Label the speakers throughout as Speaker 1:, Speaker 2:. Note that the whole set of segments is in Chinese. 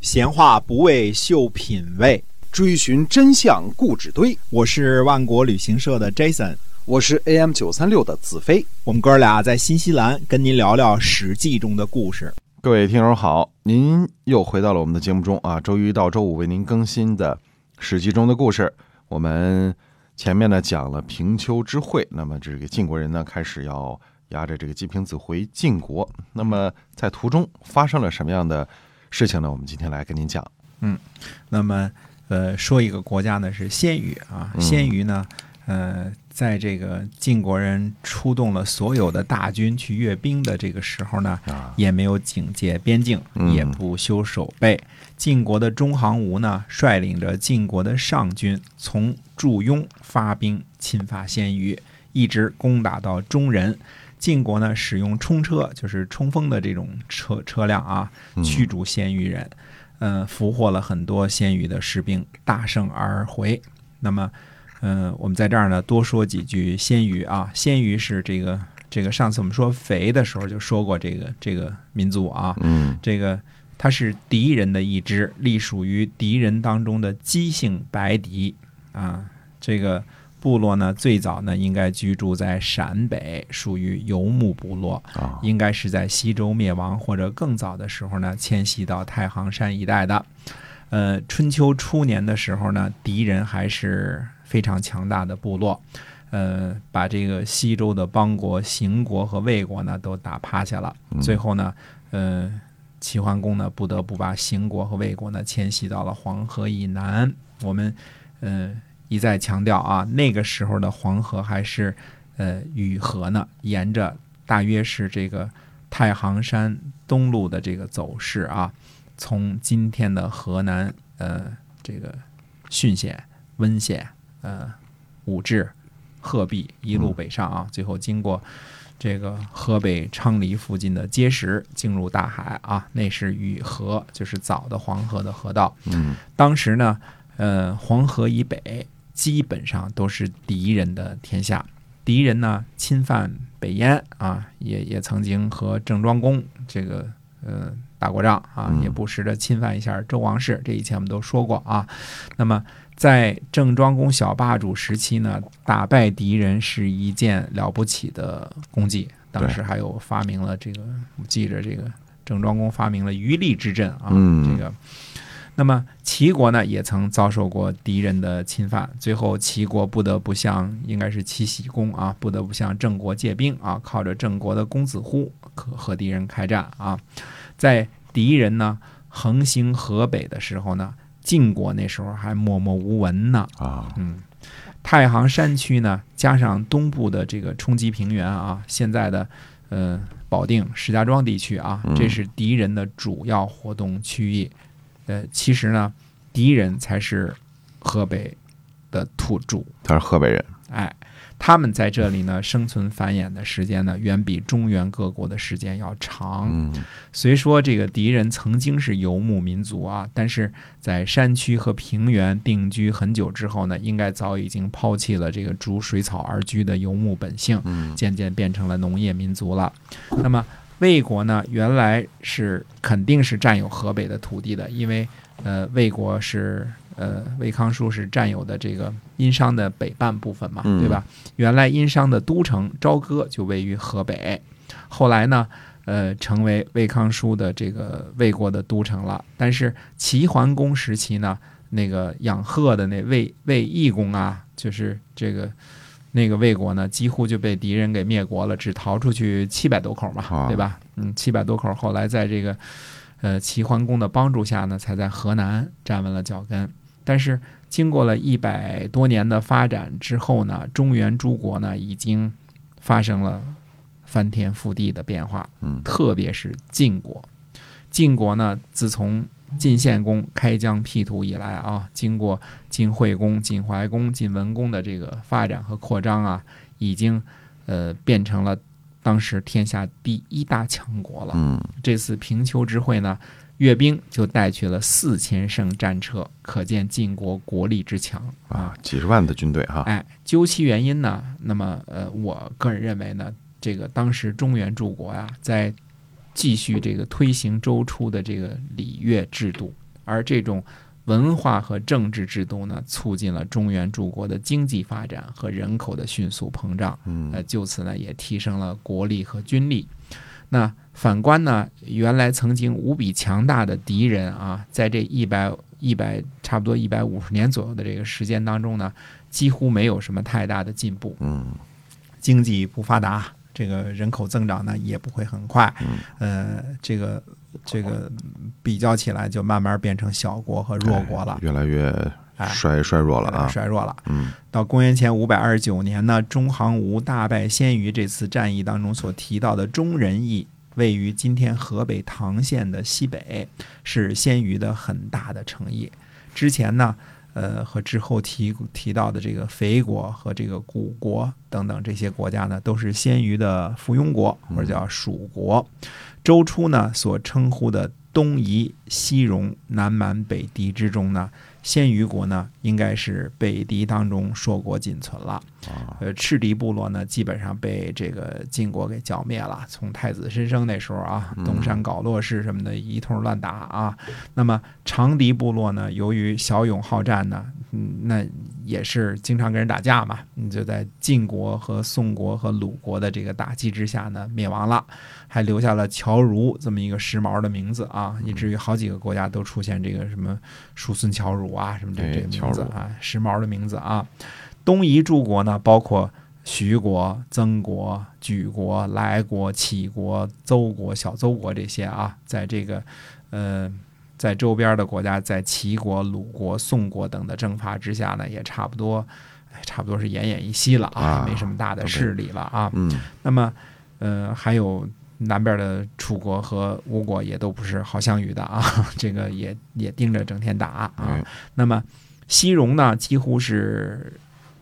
Speaker 1: 闲话不为秀品味，
Speaker 2: 追寻真相故纸堆。
Speaker 1: 我是万国旅行社的 Jason，
Speaker 2: 我是 AM 九三六的子飞。
Speaker 1: 我们哥俩在新西兰跟您聊聊《史记》中的故事。
Speaker 3: 各位听友好，您又回到了我们的节目中啊，周一到周五为您更新的《史记》中的故事。我们前面呢讲了平丘之会，那么这个晋国人呢开始要押着这个季平子回晋国。那么在途中发生了什么样的事情呢？我们今天来跟您讲。
Speaker 1: 那么，呃，说一个国家呢是鲜于啊，
Speaker 3: 嗯
Speaker 1: 鲜于呢，呃，在这个晋国人出动了所有的大军去阅兵的这个时候呢，
Speaker 3: 啊
Speaker 1: 也没有警戒边境，
Speaker 3: 嗯
Speaker 1: 也不修守备。晋国的中行无呢，率领着晋国的上军从祝庸发兵侵伐鲜于，一直攻打到中人。晋国呢，使用冲车，就是冲锋的这种车车辆啊，
Speaker 3: 嗯
Speaker 1: 驱逐鲜于人，嗯、俘获了很多鲜于的士兵，大胜而回。那么，嗯、我们在这儿呢多说几句鲜于啊，鲜于是这个这个上次我们说肥的时候就说过这个这个民族啊，
Speaker 3: 嗯
Speaker 1: 这个它是敌人的一支，隶属于敌人当中的姬姓白狄啊。这个部落呢，最早呢应该居住在陕北，属于游牧部落，
Speaker 3: 啊
Speaker 1: 应该是在西周灭亡或者更早的时候呢，迁徙到太行山一带的。呃，春秋初年的时候呢，敌人还是非常强大的部落，呃，把这个西周的邦国、邢国和魏国呢都打趴下了。
Speaker 3: 嗯
Speaker 1: 最后呢，呃，齐桓公呢不得不把邢国和魏国呢迁徙到了黄河以南。我们呃一再强调啊，那个时候的黄河还是呃雨河呢，沿着大约是这个太行山东路的这个走势啊，从今天的河南呃这个浚县、温县呃武陟、鹤壁一路北上啊，最后经过。这个河北昌黎附近的碣石进入大海啊，那是雨河，就是早的黄河的河道。
Speaker 3: 嗯
Speaker 1: 当时呢，呃，黄河以北基本上都是敌人的天下。敌人呢侵犯北燕啊，也也曾经和郑庄公这个呃打过仗啊，
Speaker 3: 嗯
Speaker 1: 也不时的侵犯一下周王室。这以前我们都说过啊。那么在郑庄公小霸主时期呢，打败敌人是一件了不起的功绩。当时还有发明了这个，我记着这个郑庄公发明了鱼利之阵啊，
Speaker 3: 嗯
Speaker 1: 这个。那么齐国呢，也曾遭受过敌人的侵犯，最后齐国不得不向应该是齐僖公啊，不得不向郑国借兵啊，靠着郑国的公子乎和和敌人开战啊，在敌人呢横行河北的时候呢，晋国那时候还默默无闻呢，
Speaker 3: 啊
Speaker 1: 嗯，太行山区呢，加上东部的这个冲积平原啊，现在的呃保定、石家庄地区啊，这
Speaker 3: 嗯
Speaker 1: 是敌人的主要活动区域。呃，其实呢，敌人才是河北的土著，
Speaker 3: 他是河北人。
Speaker 1: 哎，他们在这里呢生存繁衍的时间呢，远比中原各国的时间要长。
Speaker 3: 嗯
Speaker 1: 虽说这个敌人曾经是游牧民族啊，但是在山区和平原定居很久之后呢，应该早已经抛弃了这个逐水草而居的游牧本性，
Speaker 3: 嗯
Speaker 1: 渐渐变成了农业民族了。那么魏国呢，原来是肯定是占有河北的土地的，因为呃，魏国是呃魏康叔是占有的这个殷商的北半部分嘛，
Speaker 3: 嗯
Speaker 1: 对吧？原来殷商的都城朝歌就位于河北，后来呢，呃，成为魏康叔的这个魏国的都城了。但是齐桓公时期呢，那个养鹤的那魏魏懿公啊，就是这个那个魏国呢，几乎就被敌人给灭国了，只逃出去七百多口嘛，
Speaker 3: 啊
Speaker 1: 对吧？嗯，七百多口，后来在这个呃齐桓公的帮助下呢，才在河南站稳了脚跟。但是经过了一百多年的发展之后呢，中原诸国呢已经发生了翻天覆地的变化。
Speaker 3: 嗯
Speaker 1: 特别是晋国。晋国呢，自从晋献公开疆辟土以来啊，经过晋惠公、晋怀公、晋文公的这个发展和扩张啊，已经呃变成了当时天下第一大强国了。
Speaker 3: 嗯
Speaker 1: 这次平丘之会呢，阅兵就带去了四千乘战车，可见晋国国力之强
Speaker 3: 啊，几十万的军队哈。
Speaker 1: 哎，究其原因呢，那么呃，我个人认为呢，这个当时中原啊诸国呀、在继续这个推行周初的这个礼乐制度，而这种文化和政治制度呢，促进了中原诸国的经济发展和人口的迅速膨胀。呃，
Speaker 3: 嗯
Speaker 1: 就此呢也提升了国力和军力。那反观呢，原来曾经无比强大的敌人啊，在这一百一百差不多一百五十年左右的这个时间当中呢，几乎没有什么太大的进步，
Speaker 3: 嗯
Speaker 1: 经济不发达，这个人口增长呢也不会很快，
Speaker 3: 嗯
Speaker 1: 呃，这个这个比较起来就慢慢变成小国和弱国了，
Speaker 3: 越来越
Speaker 1: 哎，
Speaker 3: 衰衰弱了啊。
Speaker 1: 衰弱了。
Speaker 3: 嗯
Speaker 1: 到公元前五百二十九年呢，中行无大败鲜于这次战役当中所提到的中仁义，位于今天河北唐县的西北，是鲜于的很大的城邑。之前呢，呃，和之后提提到的这个肥国和这个古国等等这些国家呢，都是鲜于的附庸国或者叫属国。周初呢所称呼的东夷、西戎、南蛮、北狄之中呢，鲜于国呢应该是北狄当中硕果仅存了。
Speaker 3: 啊，
Speaker 1: 呃，赤狄部落呢基本上被这个晋国给剿灭了，从太子申生那时候啊，东山搞洛氏什么的一通乱打啊。那么长狄部落呢，由于骁勇好战呢，嗯，那也是经常跟人打架嘛，你就在晋国和宋国和鲁国的这个打击之下呢，灭亡了，还留下了乔如这么一个时髦的名字啊，
Speaker 3: 嗯
Speaker 1: 以至于好几个国家都出现这个什么叔孙乔如啊，什么这
Speaker 3: 哎
Speaker 1: 这
Speaker 3: 乔
Speaker 1: 名字
Speaker 3: 如
Speaker 1: 啊，时髦的名字啊。东夷诸国呢，包括徐国、曾国、莒国、莱国、杞国、邹国、小邹国这些啊，在这个呃，在周边的国家，在齐国、鲁国、宋国等的征伐之下呢，也差不多，哎差不多是奄奄一息了
Speaker 3: 啊
Speaker 1: 啊，没什么大的
Speaker 3: 都被
Speaker 1: 势力了啊。
Speaker 3: 嗯
Speaker 1: 那么，呃，还有南边的楚国和吴国也都不是好相与的啊， 这个也也盯着整天打啊。
Speaker 3: 哎
Speaker 1: 那么西戎呢，几乎是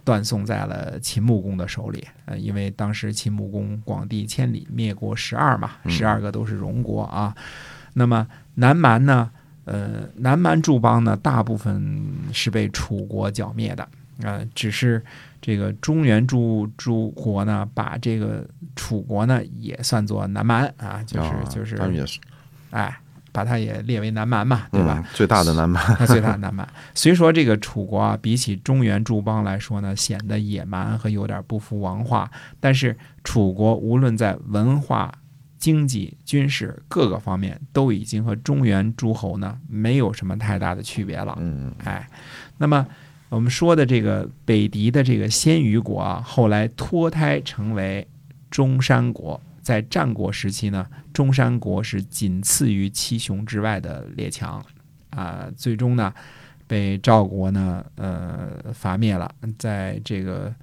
Speaker 1: 断送在了秦穆公的手里，呃，因为当时秦穆公广地千里，灭国十二嘛，
Speaker 3: 嗯
Speaker 1: 十二个都是戎国啊。那么南蛮呢，呃，南蛮诸邦呢，大部分是被楚国剿灭的，呃，只是这个中原诸诸国呢，把这个楚国呢也算作南蛮啊，就是
Speaker 3: 啊
Speaker 1: 就是
Speaker 3: 他，们也是
Speaker 1: 哎，把它也列为南蛮嘛，对吧？
Speaker 3: 嗯最大的南蛮，
Speaker 1: 它最大的南蛮。虽说这个楚国啊，比起中原诸邦来说呢，显得野蛮和有点不服王化，但是楚国无论在文化、经济、军事各个方面，都已经和中原诸侯呢没有什么太大的区别了。
Speaker 3: 嗯
Speaker 1: 哎，那么我们说的这个北狄的这个鲜于国啊，后来脱胎成为中山国。在战国时期呢，中山国是仅次于七雄之外的列强，啊、最终呢被赵国呢呃伐灭了。在这个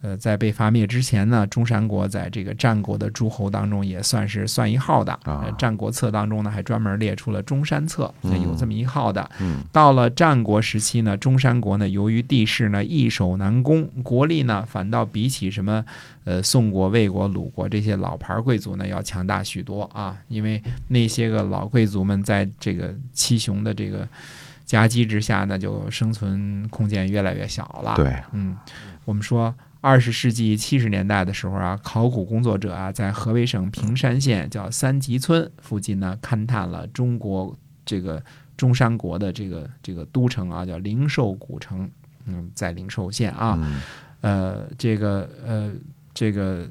Speaker 1: 呃在被伐灭之前呢，中山国在这个战国的诸侯当中也算是算一号的。
Speaker 3: 啊
Speaker 1: 呃战国策当中呢还专门列出了中山策，
Speaker 3: 嗯
Speaker 1: 有这么一号的。
Speaker 3: 嗯
Speaker 1: 到了战国时期呢，中山国呢，由于地势呢易守难攻，国力呢反倒比起什么呃宋国、魏国、鲁国这些老牌贵族呢要强大许多啊，因为那些个老贵族们在这个七雄的这个夹击之下呢，就生存空间越来越小了。
Speaker 3: 对，
Speaker 1: 嗯，我们说二十世纪七十年代的时候啊，考古工作者啊，在河北省平山县叫三集村附近呢，勘探了中国这个中山国的这个这个都城啊，叫灵寿古城。嗯，在灵寿县啊，
Speaker 3: 嗯
Speaker 1: 呃，这个呃，这个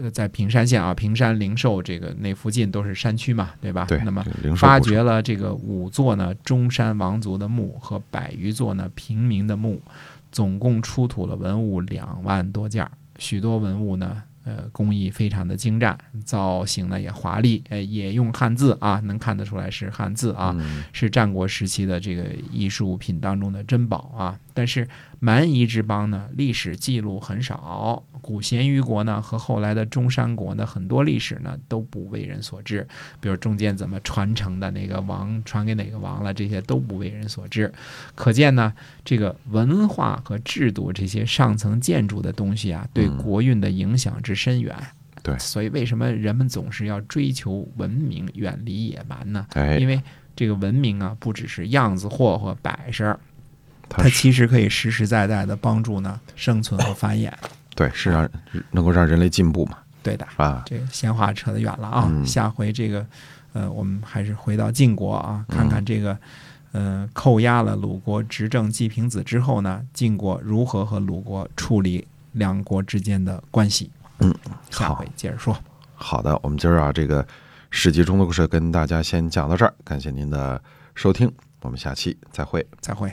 Speaker 1: 呃，在平山县啊，平山灵寿这个那附近都是山区嘛，对吧？
Speaker 3: 对，
Speaker 1: 那么
Speaker 3: 这零售
Speaker 1: 发
Speaker 3: 不是
Speaker 1: 掘了这个五座呢中山王族的墓和百余座呢平民的墓，总共出土了文物两万多件儿，许多文物呢。呃，工艺非常的精湛，造型呢也华丽，呃，也用汉字啊，能看得出来是汉字啊。
Speaker 3: 嗯
Speaker 1: 是战国时期的这个艺术品当中的珍宝啊。但是蛮夷之邦呢，历史记录很少，古鲜于国呢和后来的中山国呢，很多历史呢都不为人所知，比如中间怎么传承的哪个王传给哪个王了，这些都不为人所知。可见呢，这个文化和制度这些上层建筑的东西啊，对
Speaker 3: 嗯
Speaker 1: 国运的影响之深远。
Speaker 3: 对
Speaker 1: 所以为什么人们总是要追求文明，远离野蛮呢？
Speaker 3: 哎
Speaker 1: 因，为这个文明啊，不只是样子货和摆设，
Speaker 3: 它
Speaker 1: 它
Speaker 3: 是
Speaker 1: 其实可以实实在在的帮助呢生存和繁衍。
Speaker 3: 对是让能够让人类进步嘛，
Speaker 1: 对的，
Speaker 3: 是吧？
Speaker 1: 这个闲话扯得远了啊，
Speaker 3: 嗯嗯
Speaker 1: 下回这个，呃，我们还是回到晋国啊，看看这个，呃，扣押了鲁国执政季平子之后呢，晋国如何和鲁国处理两国之间的关系？
Speaker 3: 嗯，
Speaker 1: 下
Speaker 3: 好
Speaker 1: 回接着说。
Speaker 3: 好的，我们今儿啊这个史记中的故事跟大家先讲到这儿，感谢您的收听，我们下期再会。
Speaker 1: 再会。